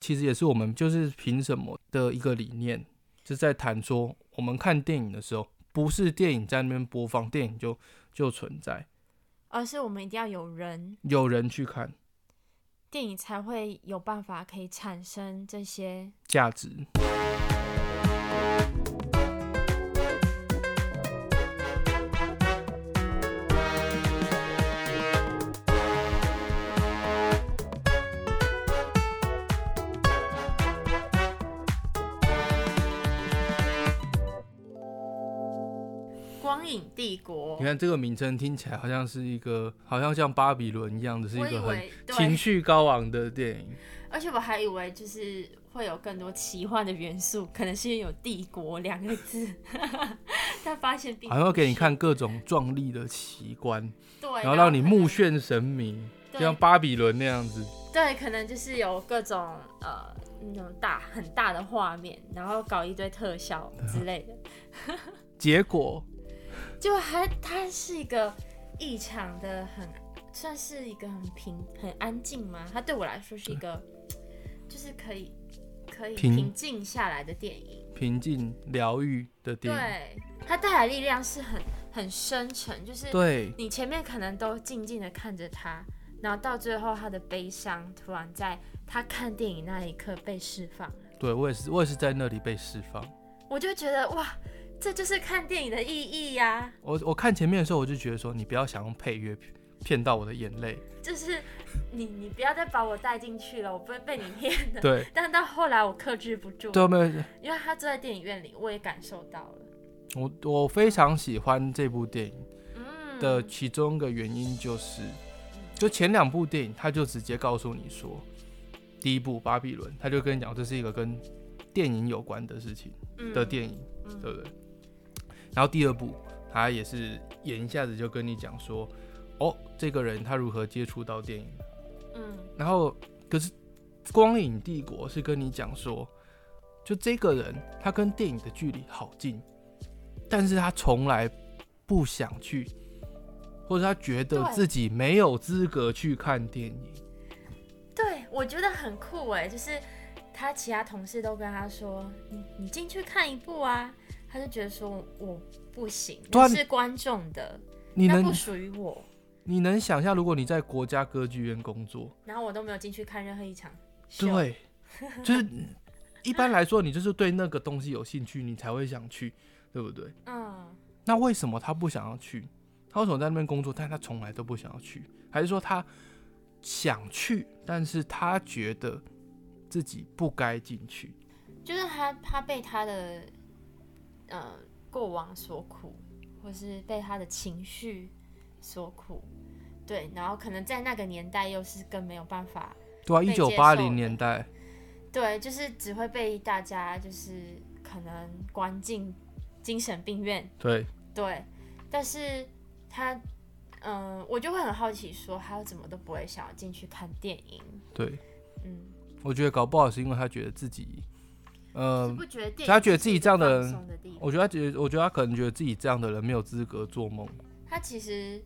其实也是我们就是凭什么的一个理念，就是在谈说我们看电影的时候，不是电影在那边播放，电影就就存在，而是我们一定要有人，有人去看，电影才会有办法可以产生这些。价值。光影帝国你，看这个名称听起来好像是一个，好像像巴比伦一样的，是我一以个很为情对，绪高昂的电影。而且我还以为就是会有更多奇幻的元素，可能是因为有“帝国”两个字， 但发现并好像要给你不看各种壮丽的奇观，是，对，然后让你可能目眩神迷，就对像巴比伦那样子。对，可能就是有各种呃那种大很大的画面，然后搞一堆特效啊之类的，结果就还它是一个异常的很，算是一个很平很安静吗？它对我来说是一个，就是可以可以平平静下来的电影。平静疗愈的电影，对，它带来力量是很很深沉，就是对你前面可能都静静的看着他，然后到最后他的悲伤突然在他看电影那一刻被释放了，对，我也是，我也是在那里被释放。我就觉得哇，这就是看电影的意义呀、我我看前面的时候，我就觉得说，你不要想用配乐骗到我的眼 泪。就是你你不要再把我带进去了，我不会被你 骗的。对，但到后来我克制不住，对，没有，因为他坐在电影院里，我也感受到了。我我非常喜欢这部电影嗯的其中一个原因就是，就前两部电影，他就直接告诉你说，第一部《巴比伦》，他就跟你讲这是一个跟电影有关的事情的电影，嗯对不对？然后第二部，他也是演一下子就跟你讲说，哦，这个人他如何接触到电影，嗯然后可是《光影帝国》是跟你讲说，就这个人他跟电影的距离好近，但是他从来不想去，或者他觉得对自己没有资格去看电影。对，我觉得很酷哎，就是他其他同事都跟他说，你你进去看一部啊，他就觉得说我不行，对啊那是观众的，你那不能属于我，你能想象，如果你在国家歌剧院工作，然后我都没有进去看任何一场秀， 对，就是一般来说，你就是对那个东西有兴趣，你才会想去，对不对？嗯，那为什么他不想要去？他为什么在那边工作，但他从来都不想要去？还是说他想去，但是他觉得自己不该进去？就是他他被他的呃过往所苦，或是被他的情绪所苦，对，然后可能在那个年代又是更没有办法对啊，被一接受九八零年代，对，就是只会被大家就是可能关进精神病院，对，对。但是他，嗯、我就会很好奇，说他怎么都不会想要进去看电影，对，嗯，我觉得搞不好是因为他觉得自己，是呃，不觉得电影他觉得自己是一个这样的放人松的地方，我觉得他觉得，我觉得他可能觉得自己这样的人没有资格做梦。他其实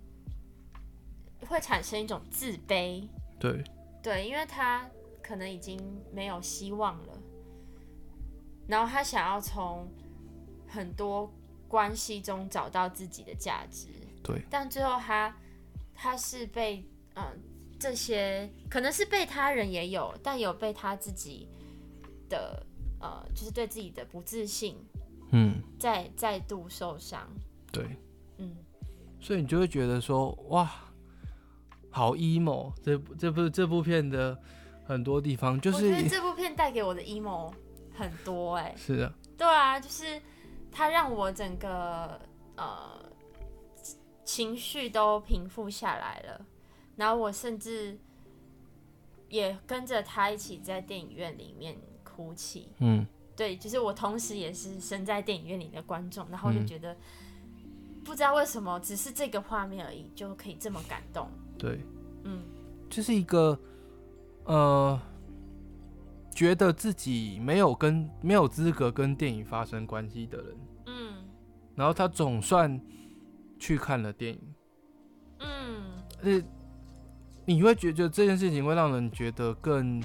会产生一种自卑，对，对，因为他可能已经没有希望了，然后他想要从很多关系中找到自己的价值。对，但最后他他是被嗯、这些可能是被他人也有，但有被他自己的呃就是对自己的不自信嗯，再再度受伤。对，嗯，所以你就会觉得说，哇，好 emo，这部这部这部片的很多地方就我觉得是这部片带给我的 emo 很多 哎、是的。对啊，就是它让我整个呃情绪都平复下来了，然后我甚至也跟着他一起在电影院里面哭泣。嗯，对，就是我同时也是身在电影院里的观众，然后我就嗯觉得、不知道为什么，只是这个画面而已就可以这么感动。对，嗯，就是一个呃，觉得自己没有跟没有资格跟电影发生关系的人，嗯然后他总算去看了电影，嗯，而且你会觉得这件事情会让人觉得更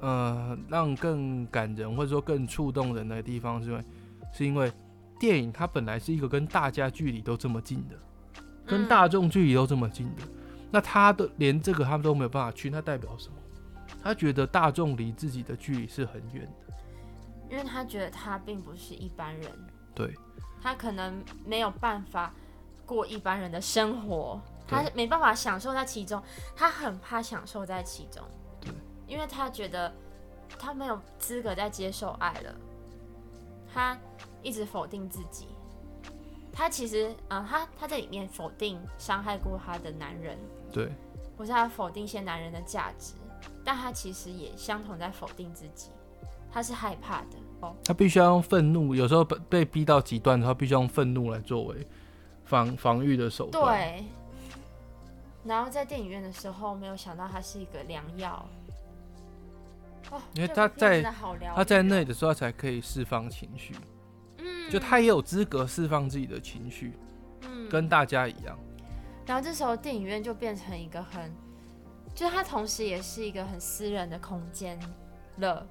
呃让更感人或者说更触动人的地方，是因为是因为电影它本来是一个跟大家距离都这么近的，跟嗯大众距离都这么近的，那他的连这个他们都没有办法去，那代表什么？他觉得大众离自己的距离是很远的，因为他觉得他并不是一般人，对他可能没有办法过一般人的生活，他对没办法享受在其中，他很怕享受在其中，对，因为他觉得他没有资格再接受爱了，他一直否定自己，他其实，嗯、他他在里面否定伤害过他的男人，对不是他否定一些男人的价值，但他其实也相同在否定自己，他是害怕的哦，他必须要用愤怒，有时候被被逼到极端的时候，他必须要用愤怒来作为防防御的手段。对。然后在电影院的时候，没有想到它是一个良药。哦，因为这他部片在真的好疗愈他在哦那，的时候他才可以释放情绪，嗯，就他也有资格释放自己的情绪，嗯跟大家一样。然后这时候电影院就变成一个很，就是它同时也是一个很私人的空间了，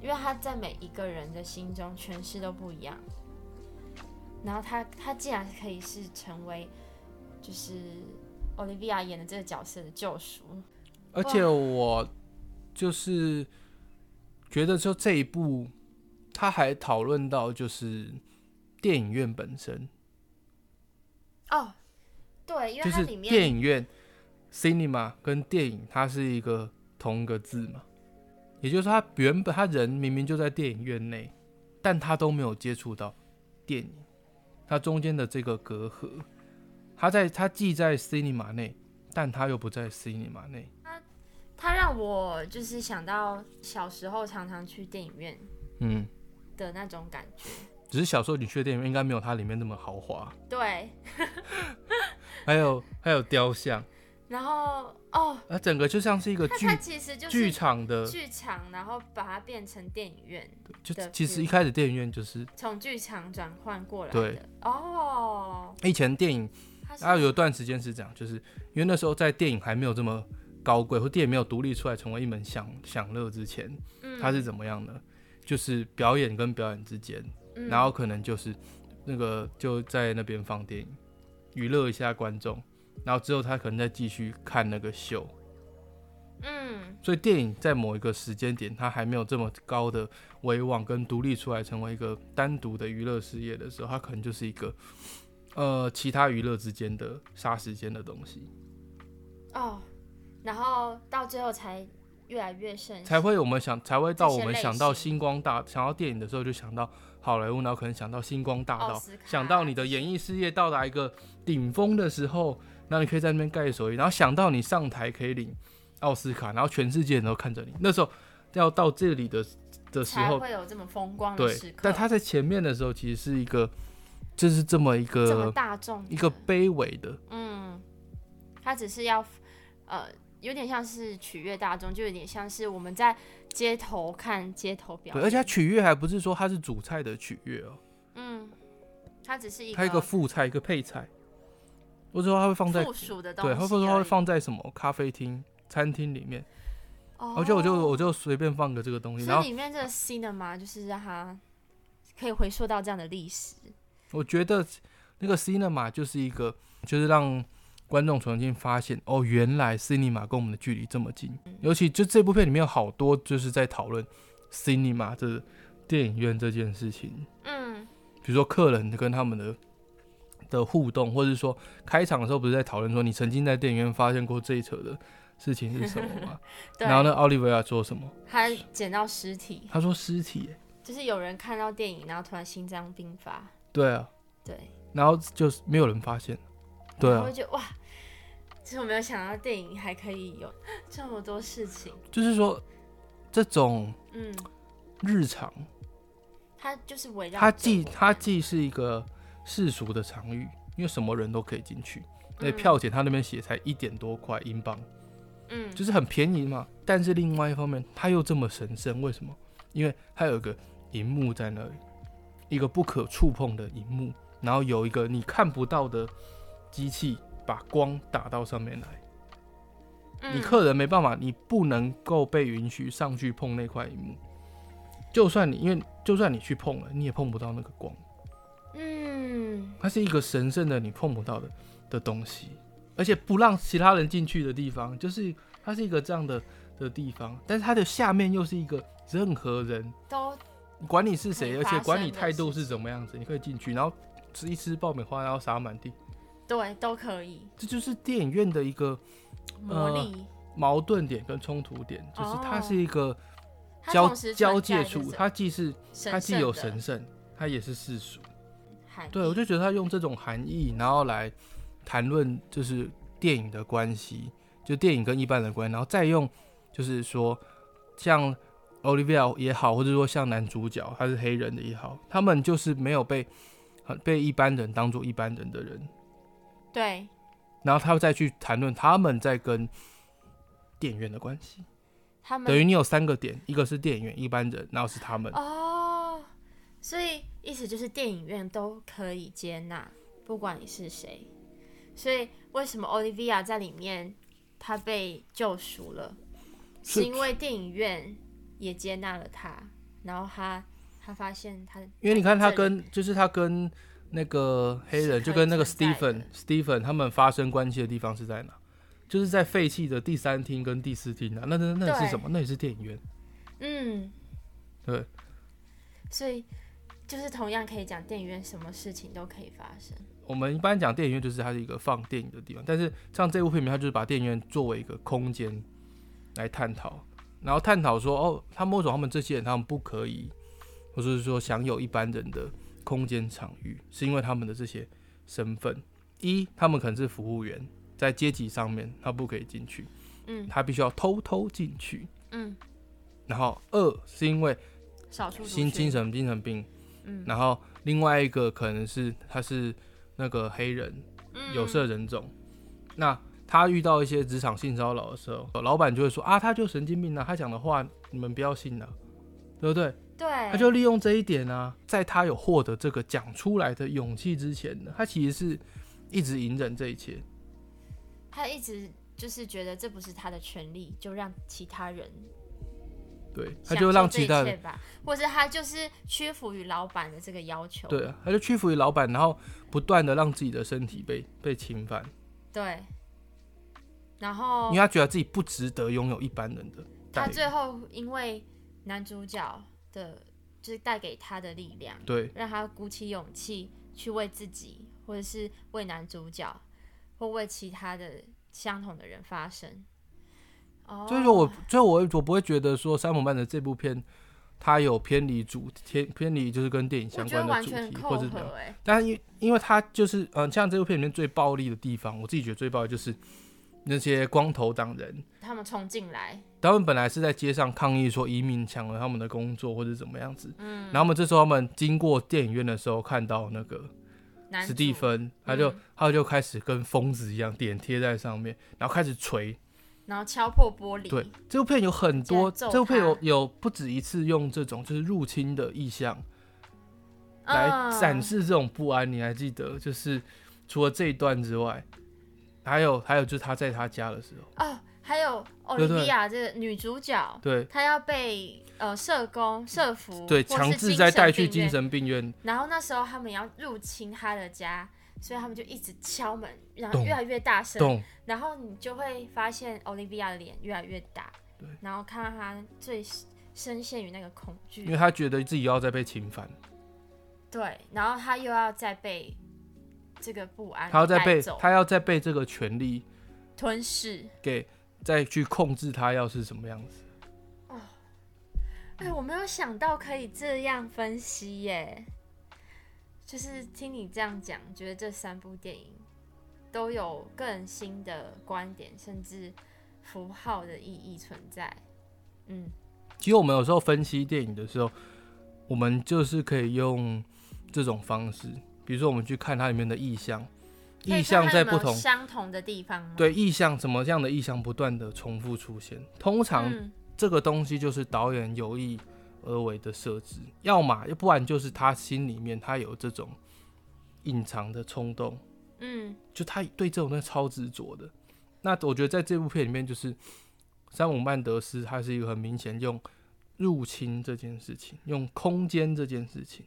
因为它在每一个人的心中诠释都不一样。然后它它竟然可以是成为，就是 Olivia 演的这个角色的救赎。而且我就是觉得说这一部，他还讨论到就是电影院本身，哦，对，因就为它是里面电影院 cinema 跟电影它是一个同一个字嘛，也就是说他原本他人明明就在电影院内，但他都没有接触到电影，他中间的这个隔阂，他在他既在 cinema 内，但他又不在 cinema 内，它让我就是想到小时候常常去电影院嗯，的那种感觉。只是小时候你去的电影院应该没有它里面那么豪华，对，还有还有雕像，然后哦，它整个就像是一个那剧它其实就是剧场的，剧场，然后把它变成电影院，就的其实一开始电影院就是从剧场转换过来对的。哦，以前电影它是、啊，有段时间是这样，就是因为那时候在电影还没有这么高贵，或电影没有独立出来成为一门享享乐之前，嗯它是怎么样呢？就是表演跟表演之间，嗯然后可能就是那个就在那边放电影，娱乐一下观众，然后之后他可能再继续看那个秀。嗯所以电影在某一个时间点，它还没有这么高的威望跟独立出来成为一个单独的娱乐事业的时候，它可能就是一个呃其他娱乐之间的杀时间的东西。哦，然后到最后才越来越盛行，才会我们想才会到我们想到这些类型星光大想到电影的时候就想到好莱坞，然后可能想到星光大奥道斯，卡想到你的演艺事业到达一个顶峰的时候，那你可以在那边盖手印，然后想到你上台可以领奥斯卡，然后全世界人都看着你，那时候要到这里的的时才候，会有这么风光的对时刻，。但他在前面的时候其实是一个就是这么一这么个大众的一个卑微的，嗯，他只是要呃，有点像是取悦大众，就有点像是我们在街头看街头表对，演，而且他取悦还不是说他是主菜的取悦哦、嗯，它只是一它个一个副菜，一个配菜。或者说它会放在附属的东西对，而已，或者说它会放在什么咖啡厅、餐厅里面。哦，我就我就我就随便放个这个东西，然所以后里面这个 cinema 就是让它可以回溯到这样的历史，我觉得那个 cinema 就是一个，就是让观众重新发现哦，原来 cinema 跟我们的距离这么近。嗯尤其就这部片里面有好多就是在讨论 cinema 这电影院这件事情。嗯比如说客人跟他们的的互动，或者是说开场的时候不是在讨论说你曾经在电影院发现过最扯的事情是什么吗？ 对，然后呢，奥利维亚说什么？他捡到尸体，他说尸体、欸。就是有人看到电影，然后突然心脏病发，对啊，对，然后就是没有人发现。对然后啊我，就觉得哇。其实我没有想到电影还可以有这么多事情，就是说这种嗯，日常，它就是围绕它着既我它们既是一个世俗的场域，因为什么人都可以进去。那嗯票钱他那边写才一点多块英镑，嗯就是很便宜嘛。但是另外一方面，它又这么神圣，为什么？因为它有一个荧幕在那里，一个不可触碰的荧幕，然后有一个你看不到的机器把光打到上面来，嗯你客人没办法，你不能够被允许上去碰那块荧幕。就算你因为就算你去碰了，你也碰不到那个光，嗯，它是一个神圣的你碰不到的的东西，而且不让其他人进去的地方，就是它是一个这样的的地方，但是它的下面又是一个任何人都管你是谁，可以而发且管生你的态度事是怎么样子，你可以进去，然后吃一吃爆米花，然后撒满地，对，都可以这就是电影院的一个呃魔力。矛盾点跟冲突点，就是它哦是一个它交同时交存界在处，这它既是种它既有的神圣，它也是世俗。含义，对，我就觉得他用这种含义，然后来谈论就是电影的关系，就电影跟一般人的关系，然后再用就是说像 Olivia 也好，或者说像男主角他是黑人的也好，他们就是没有被呃被一般人当做一般人的人，对然后他再去谈论他们在跟电影院的关系，他们等于你有三个点，一个是电影院一般人，然后是他们，哦，所以意思就是电影院都可以接纳，不管你是谁。所以为什么 Olivia 在里面她被救赎了，是是因为电影院也接纳了她，然后她她发现她因为你看他这里跟就是他跟那个黑人，是就跟那个可以存 Stephen 在的 Stephen 他们发生关系的地方是在哪？就是在废弃的第三厅跟第四厅啊，那那那是对什么？那也是电影院。嗯，对，所以就是同样可以讲电影院什么事情都可以发生。我们一般讲电影院就是它是一个放电影的地方，但是像这部片名，它就是把电影院作为一个空间来探讨，然后探讨说哦，他们为什么他们这些人他们不可以，或者是说享有一般人的空间场域，是因为他们的这些身份，一他们可能是服务员，在阶级上面他不可以进去，嗯他必须要偷偷进去，嗯，然后二是因为少数族新精群神精神病，嗯然后另外一个可能是他是那个黑人。嗯有色人种，那他遇到一些职场性骚扰的时候，老板就会说啊，他就神经病啊，他讲的话你们不要信了、对不对？对，他就利用这一点啊，在他有获得这个讲出来的勇气之前呢，他其实是一直隐忍这一切。他一直就是觉得这不是他的权利，就让其他人对，他享就受让这其一他切人吧，或者他就是屈服于老板的这个要求。对，啊他就屈服于老板，然后不断的让自己的身体被被侵犯，对然因后为他觉得自己不值得拥有一般人的待哦他遇。最后因为男主角的，就是带给他的力量，对，让他鼓起勇气去为自己，或者是为男主角，或为其他的相同的人发声。哦，所以说我，所以我我不会觉得说《山姆曼的这部片，它有偏离主偏偏离就是跟电影我相觉得关的完主全题扣或者怎么样合。哎、但是因因为它就是嗯、呃像这部片里面最暴力的地方，我自己觉得最暴力就是那些光头党人，他们冲进来，他们本来是在街上抗议说移民抢了他们的工作或者怎么样子，嗯，然后他们这时候他们经过电影院的时候看到那个男史蒂主嗯芬，他就、他就开始跟疯子一样点贴在上面，然后开始捶然后敲破玻璃，对，这部片有很多，这这样部揍片有他有不止一次用这种就是入侵的意象嗯，来展示这种不安。你还记得，就是除了这一段之外，还有还有就是他在他家的时候，哦，还有奥对利对维亚这个女主角，对嗯她要被呃社工、社服对，或是强制再带去精精病院，神病院，然后那时候他们也要入侵她的家，所以他们就一直敲门，然后咚越来越大声，懂？然后你就会发现奥利维亚的脸越来越大，对然后看到她最深陷于那个恐因为惧，他觉得自己要再被侵犯，对，然后她又要再被这个不安他要再被带走他要再被这个权利吞噬，给再去控制他要是什么样子。哎，我没有想到可以这样分析耶。就是听你这样讲，觉得这三部电影都有更新的观点，甚至符号的意义存在。嗯，其实我们有时候分析电影的时候，我们就是可以用这种方式，比如说我们去看它里面的意象，可以意看象看在有没不有同相同的地方吗？，对意象什么样的意象不断的重复出现，通常嗯，这个东西就是导演有意而为的设置，要么要不然就是他心里面他有这种隐藏的冲动，嗯，就他对这种东西超执着的。那我觉得在这部片里面，就是山姆曼德斯他是一个很明显用入侵这件事情，用空间这件事情，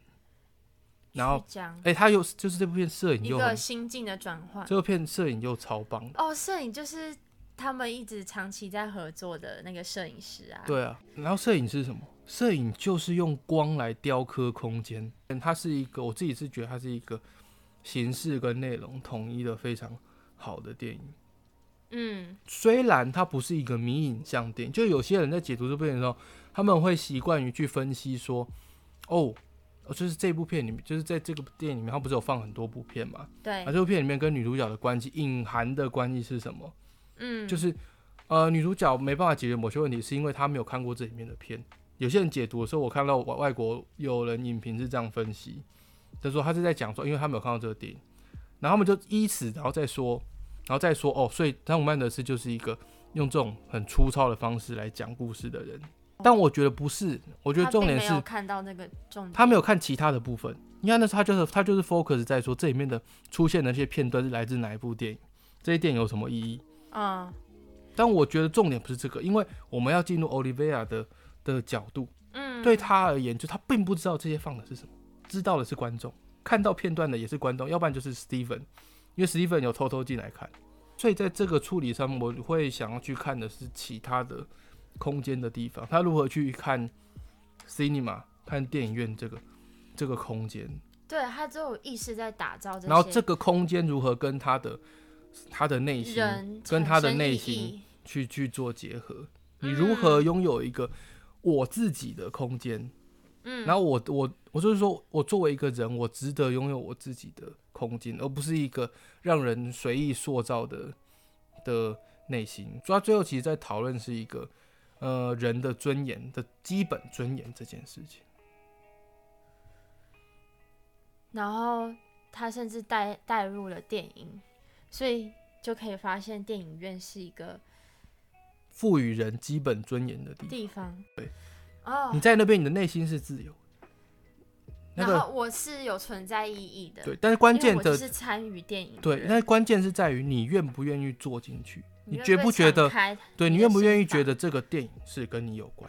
然后去讲哎、他又就是这部片摄影一又个很，心境的转换。这部片摄影又超棒的。哦，摄影就是他们一直长期在合作的那个摄影师啊。，对啊，然后摄影是什么？摄影就是用光来雕刻空间，嗯它是一个我自己是觉得它是一个形式跟内容统一的非常好的电影。嗯，虽然它不是一个迷影像电影，就有些人在解读这部电影的时候，他们会习惯于去分析说，哦，呃就是这部片里面，就是在这个电影里面，它不是有放很多部片嘛？对啊，，这部片里面跟女主角的关系，隐含的关系是什么？嗯，就是呃，女主角没办法解决某些问题，是因为她没有看过这里面的片。有些人解读的时候，我看到外外国有人影评是这样分析，他说他是在讲说，因为他没有看到这个电影，然后他们就依此，然后再说，然后再说哦，所以汤姆曼德斯就是一个用这种很粗糙的方式来讲故事的人。但我觉得不是，我觉得他重并点没是有看到那个重点，他没有看其他的部分。你看，那时候他就是他就是 focus 在说这里面的出现的那些片段是来自哪一部电影，这些电影有什么意义。嗯但我觉得重点不是这个，因为我们要进入 Olivia 的的角度，嗯，对他而言，就他并不知道这些放的是什么，知道的是观众，看到片段的也是观众，要不然就是 Steven，因为 Steven 有偷偷进来看，所以在这个处理上，我会想要去看的是其他的空间的地方，他如何去看 cinema 看电影院这个这个空间，对他只有意识在打造这些，然后这个空间如何跟他的他的内心人跟产他的生内意心义去去做结合。嗯你如何拥有一个我自己的空间？嗯，然后我我我就是说我作为一个人，我值得拥有我自己的空间，而不是一个让人随意塑造的的内心。所以他最后其实在讨论是一个呃人的尊严的基本尊严这件事情。然后他甚至带带入了电影，所以就可以发现电影院是一个赋予人基本尊严的地方，地方。对，哦你，在那边，你的内心是自由的。那然个后我是有存在意义的，对，，但是关因为键我的就是参与电影的对，人，那关键是在于你愿不愿意做进去，你觉不觉得？对你的愿不愿想意觉法得这个电影是跟你有关，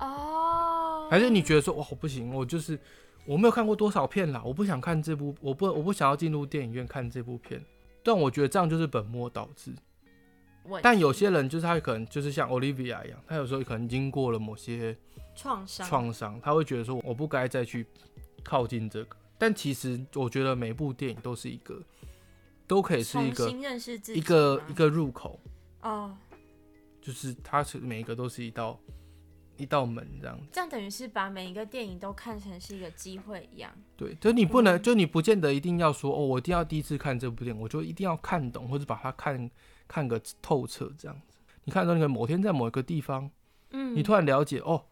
哦？还是你觉得说哇不行，我就是我没有看过多少片啦，我不想看这部，我不我不想要进入电影院看这部片。但我觉得这样就是本末倒置。我 但有些人就是他可能就是像 Olivia 一样，他有时候可能经过了某些创伤，创伤，他会觉得说我不该再去靠近这个。但其实我觉得每部电影都是一个，都可以是一重个新认识自己一个吗一个入口。哦，就是它是每一个都是一道一道门这样。这样等于是把每一个电影都看成是一个机会一样。对，就你不能，就你不见得一定要说哦，我一定要第一次看这部电影，我就一定要看懂或者把它看看个透彻这样子。你看到那个某天在某一个地方，嗯，你突然了解哦，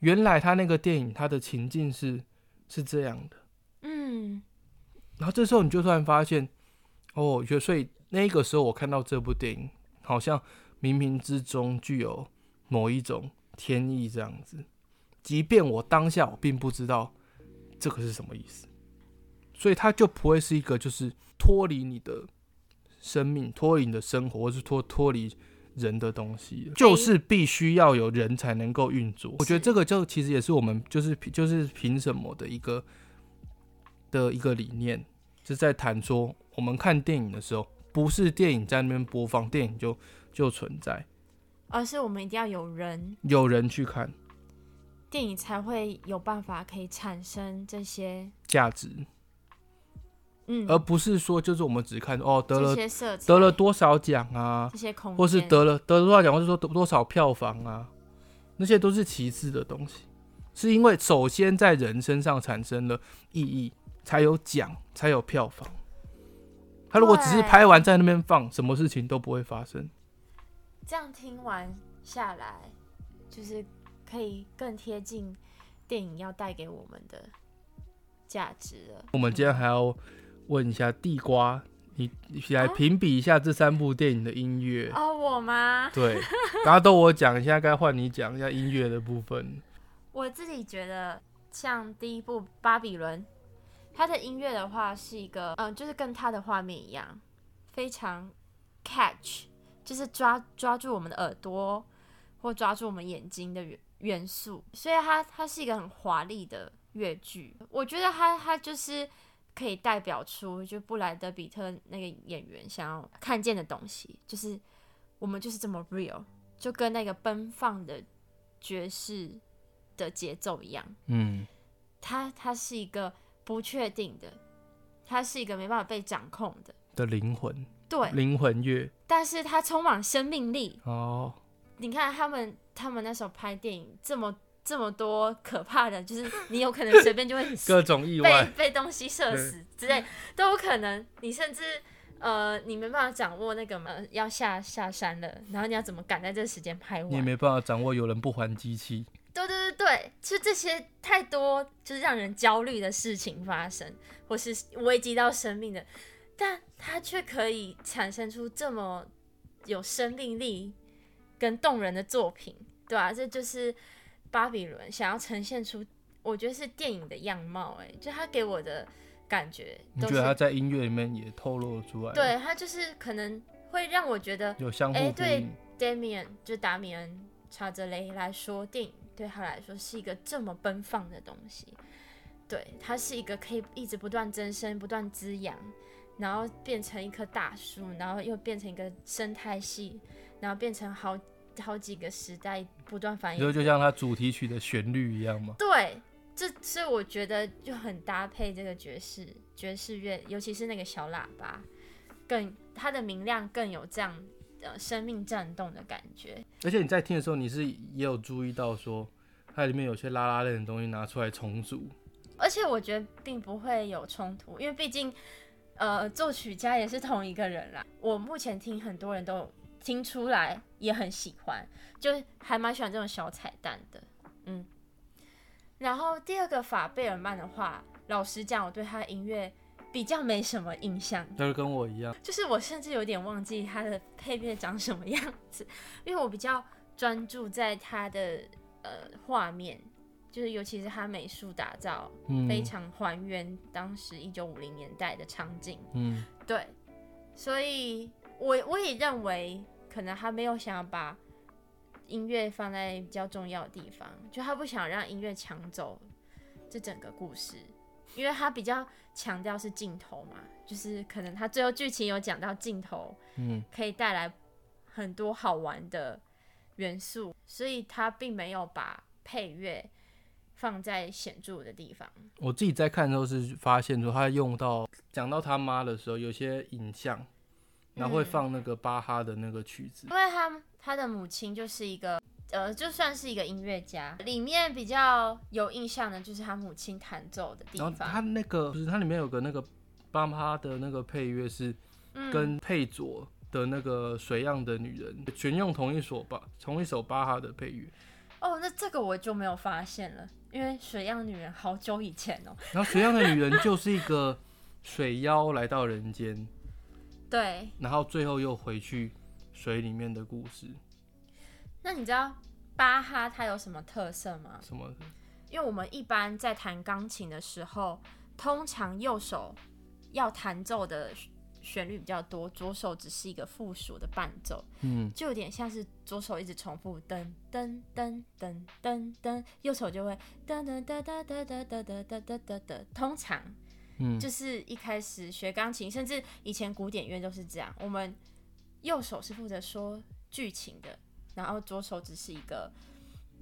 原来他那个电影他的情境是是这样的，嗯，然后这时候你就突然发现，哦，觉得所以那个时候我看到这部电影，好像冥冥之中具有某一种天意这样子。即便我当下我并不知道这个是什么意思，所以它就不会是一个就是脱离你的生命、脱离你的生活，或是脱脱离人的东西了，就是必须要有人才能够运作。我觉得这个就其实也是我们就是就是凭什么的一个的一个理念，是在谈说我们看电影的时候，不是电影在那边播放，电影就就存在，而是我们一定要有人，有人去看，电影才会有办法可以产生这些，价值，嗯，而不是说就是我们只看哦得这了些色彩，得了多少奖啊，这些空间，或是得了得了多少奖，或是说得多少票房啊，那些都是其次的东西，是因为首先在人身上产生了意义，才有奖，才有票房。他如果只是对拍完在那边放，什么事情都不会发生。这样听完下来，就是可以更贴近电影要带给我们的价值了。我们今天还要问一下地瓜，你你来评比一下这三部电影的音乐。啊哦，我吗？对，大家都我讲一下，该换你讲一下音乐的部分。我自己觉得，像第一部《巴比伦》，它的音乐的话是一个，嗯、就是跟它的画面一样，非常 catch，就是抓抓住我们的耳朵或抓住我们眼睛的元元素，所以它它是一个很华丽的乐剧。我觉得它它就是可以代表出就布莱德比特那个演员想要看见的东西，就是我们就是这么 real，就跟那个奔放的爵士的节奏一样。嗯，它它是一个不确定的，它是一个没办法被掌控的，的灵魂，对，灵魂乐但是它充满生命力。哦，你看他们他们那时候拍电影，这么这么多可怕的，就是你有可能随便就会 各种意被外，嗯被东西射死之类都有可能，你甚至。呃，你没办法掌握那个嘛，要下下山了，然后你要怎么赶在这时间拍完？你也没办法掌握有人不还机器，对对对对，其实这些太多就是让人焦虑的事情发生，或是危及到生命的，但它却可以产生出这么有生命力跟动人的作品，对吧、这就是巴比伦想要呈现出，我觉得是电影的样貌、哎，就它给我的感觉你都觉得他是，在音乐里面也透露出来，，对它就是可能会让我觉得有相互哎呼对应， Damian 就达米恩查泽雷来说，电影对他来说是一个这么奔放的东西，对，它是一个可以一直不断增生、不断滋养，然后变成一棵大树，然后又变成一个生态系，然后变成好好几个时代不断繁你说衍。就像他主题曲的旋律一样嘛，对，这所以我觉得就很搭配这个爵士爵士乐，尤其是那个小喇叭，更它的明亮更有这样呃生命震动的感觉。而且你在听的时候，你是也有注意到说，它里面有些拉拉链的东西拿出来重组，而且我觉得并不会有冲突，因为毕竟，呃，作曲家也是同一个人啦。我目前听很多人都有听出来，也很喜欢，就还蛮喜欢这种小彩蛋的，嗯。然后第二个法贝尔曼的话，老实讲，我对他的音乐比较没什么印象，就是跟我一样，就是我甚至有点忘记他的配乐长什么样子，因为我比较专注在他的呃画面，就是尤其是他美术打造嗯，非常还原当时一九五零年代的场景。嗯，对，所以我我也认为，可能他没有想要把音乐放在比较重要的地方，就他不想让音乐抢走这整个故事，因为他比较强调是镜头嘛，就是可能他最后剧情有讲到镜头，嗯，可以带来很多好玩的元素，所以他并没有把配乐放在显著的地方。我自己在看的时候是发现说，他用到讲到他妈的时候，有些影像，然后会嗯放那个巴哈的那个曲子因，为他他的母亲就是一个呃，就算是一个音乐家，里面比较有印象的就是他母亲弹奏的地然后他方，那个不是它里面有个那个巴哈的那个配乐是嗯，跟佩佐的那个水样的女人全用同一首巴同一首巴哈的配乐，哦，那这个我就没有发现了，因为《水样女人》好久以前哦，然后水样的女人就是一个水妖来到人间，对，然后最后又回去水里面的故事，那你知道巴哈它有什么特色吗？什么的因为我们一般在弹钢琴的时候，通常右手要弹奏的旋旋律比较多，左手只是一个附属的伴奏，嗯，就有点像是左手一直重复噔噔噔噔噔噔，右手就会噔噔噔噔噔噔噔噔噔噔噔噔。通常嗯就是一开始学钢琴，甚至以前古典乐都是这样，我们右手是负责说剧情的，然后左手只是一个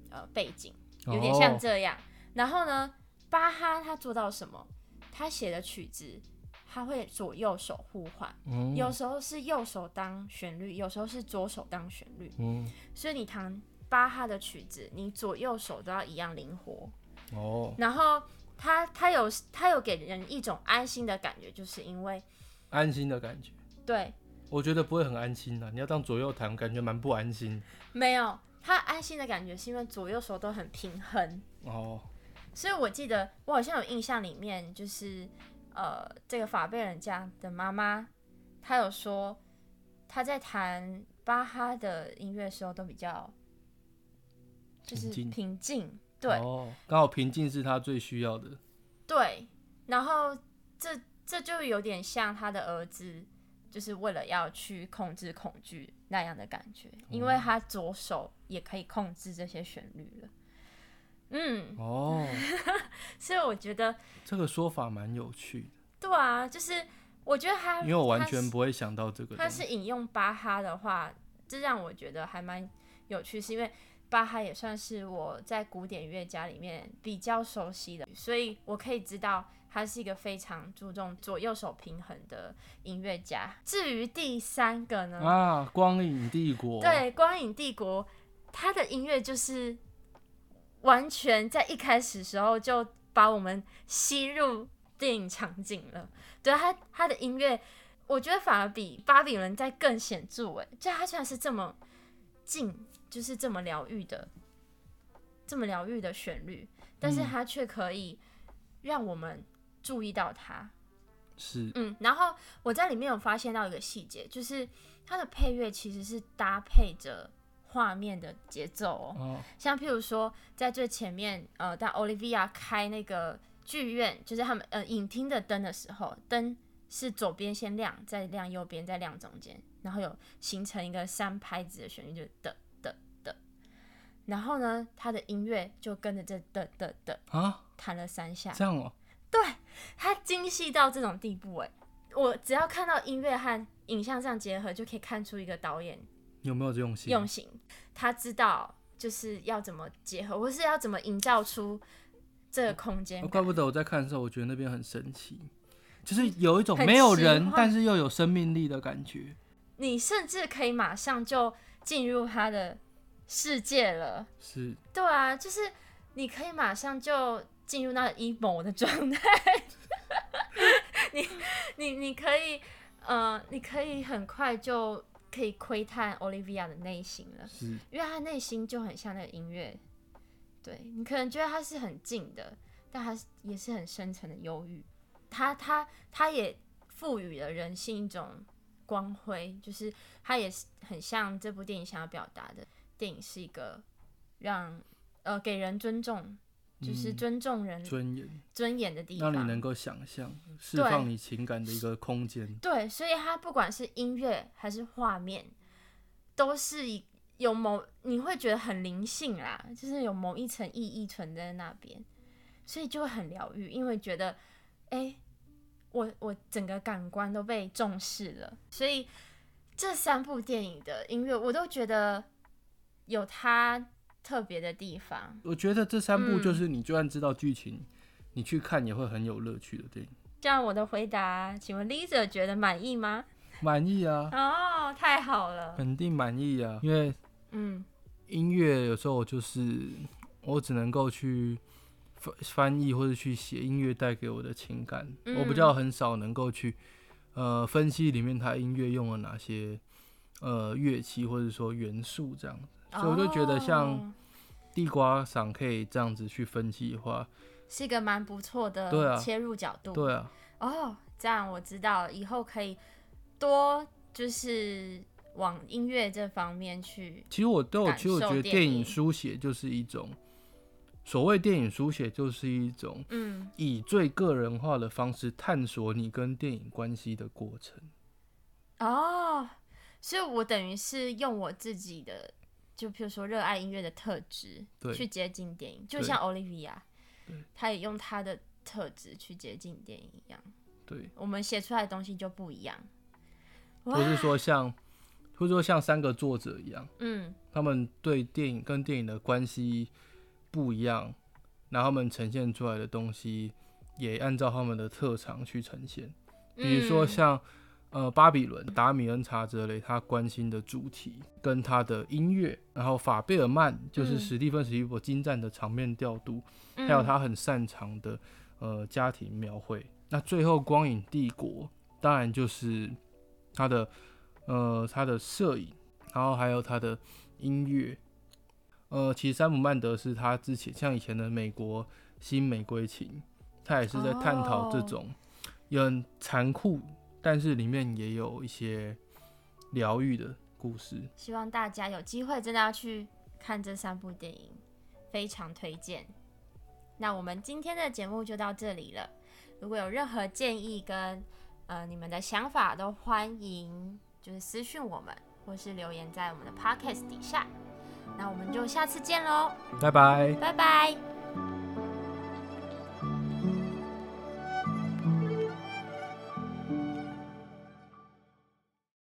呃背景。哦有点像这样。然后呢，巴哈他做到什么？他写的曲子，他会左右手互换，嗯有时候是右手当旋律，有时候是左手当旋律。嗯所以你弹巴哈的曲子，你左右手都要一样灵活。哦，然后他他有他有给人一种安心的感觉，就是因为安心的感觉。对我觉得不会很安心啊的，你要当左右弹，感觉蛮不安心没有他安心的感觉，是因为左右手都很平衡。哦。所以我记得我好像有印象里面，就是呃，这个法贝人家的妈妈，她有说她在弹巴哈的音乐的时候都比较就是平静平静，对、哦，刚好平静是他最需要的。对，然后这这就有点像他的儿子就是为了要去控制恐惧那样的感觉，因哦为他左手也可以控制这些旋律了。嗯，哦，所以我觉得，这个说法蛮有趣的，对啊，就是我觉得他，因为我完他全不会想到这个他东是西。引用巴哈的话，这让我觉得还蛮有趣，是因为巴哈也算是我在古典乐家里面比较熟悉的，所以我可以知道他是一个非常注重左右手平衡的音乐家。至于第三个呢，啊，光影帝国，嗯对《光影帝国》，它的音乐就是完全在一开始时候就把我们吸入电影场景了。对它它的音乐，我觉得反而比《巴比伦》在更显著诶，就它虽然是这么静，就是这么疗愈的，这么疗愈的旋律，但是嗯它却可以让我们注意到它。是嗯，然后我在里面有发现到一个细节，就是它的配乐其实是搭配着画面的节奏哦。哦，像譬如说，在最前面，呃，当 Olivia 开那个剧院，就是他们呃影厅的灯的时候，灯是左边先亮，再亮右边，再亮中间，然后有形成一个三拍子的旋律，就是的的的。然后呢，它的音乐就跟着这的的的啊，弹了三下，这样哦，他精细到这种地步哎、我只要看到音乐和影像上结合，就可以看出一个导演有没有这种心？用心，他知道就是要怎么结合，或是要怎么营造出这个空间哦感。怪不得我在看的时候，我觉得那边很神奇，就是有一种很没有奇人幻，但是又有生命力的感觉。你甚至可以马上就进入他的世界了。是，对啊，就是你可以马上就进入那个 emo 的状态， 你你你可以，呃，你可以很快就可以窥探 Olivia 的内心了，是因为她内心就很像那个音乐，对你可能觉得她是很静的，但她也是很深层的忧郁，她她她也赋予了人性一种光辉，就是她也是很像这部电影想要表达的，电影是一个让呃给人尊重，就是嗯尊重人尊严，尊严的地让方。你能够想象释对放你情感的一个空间。对，所以它不管是音乐还是画面，都是一有某你会觉得很灵性啦，就是有某一层意义存在那边，所以就会很疗愈，因为觉得哎、诶我我整个感官都被重视了，所以这三部电影的音乐我都觉得有它特别的地方，我觉得这三部嗯就是你就算知道剧情，你去看也会很有乐趣的电影。这样我的回答，请问 Lisa 觉得满意吗？满意啊，哦，太好了。肯定满意啊，因为嗯，音乐有时候就是我只能够去翻翻译或者去写音乐带给我的情感，我比嗯较很少能够去呃分析里面它音乐用了哪些呃乐器或者说元素这样子，所以我就觉得像哦地瓜嗓可以这样子去分析的话，是一个蛮不错的对啊切入角度。对啊，哦，这样我知道了，以后可以多就是往音乐这方面去。其实我都有，感其实我受觉得电电影影书写就是一种所谓电影书写就是一种嗯，以最个人化的方式探索你跟电影关系的过程。哦，所以我等于是用我自己的，就譬如说热爱音乐的特质对去接近电影，就对像 Olivia，对她也用她的特质去接近电影一样，对，我们写出来的东西就不一样。或是说像，或是说像三个作者一样，嗯，他们对电影跟电影的关系不一样，然后他们呈现出来的东西也按照他们的特长去呈现。比如说嗯像呃巴比伦、达米恩·查泽雷他关心的主题跟他的音乐，然后法贝尔曼就是嗯史蒂芬·史蒂夫精湛的场面调度，还有嗯他很擅长的呃家庭描绘。那最后《光影帝国》当然就是他的呃他的摄影，然后还有他的音乐。呃，其实山姆曼德是他之前像以前的美国新玫瑰情，他也是在探讨这哦种也很残酷，但是里面也有一些疗愈的故事。希望大家有机会真的要去看这三部电影，非常推荐。那我们今天的节目就到这里了。如果有任何建议跟呃你们的想法都欢迎就是私讯我们，或是留言在我们的 podcast 底下。那我们就下次见喽，拜拜。拜拜。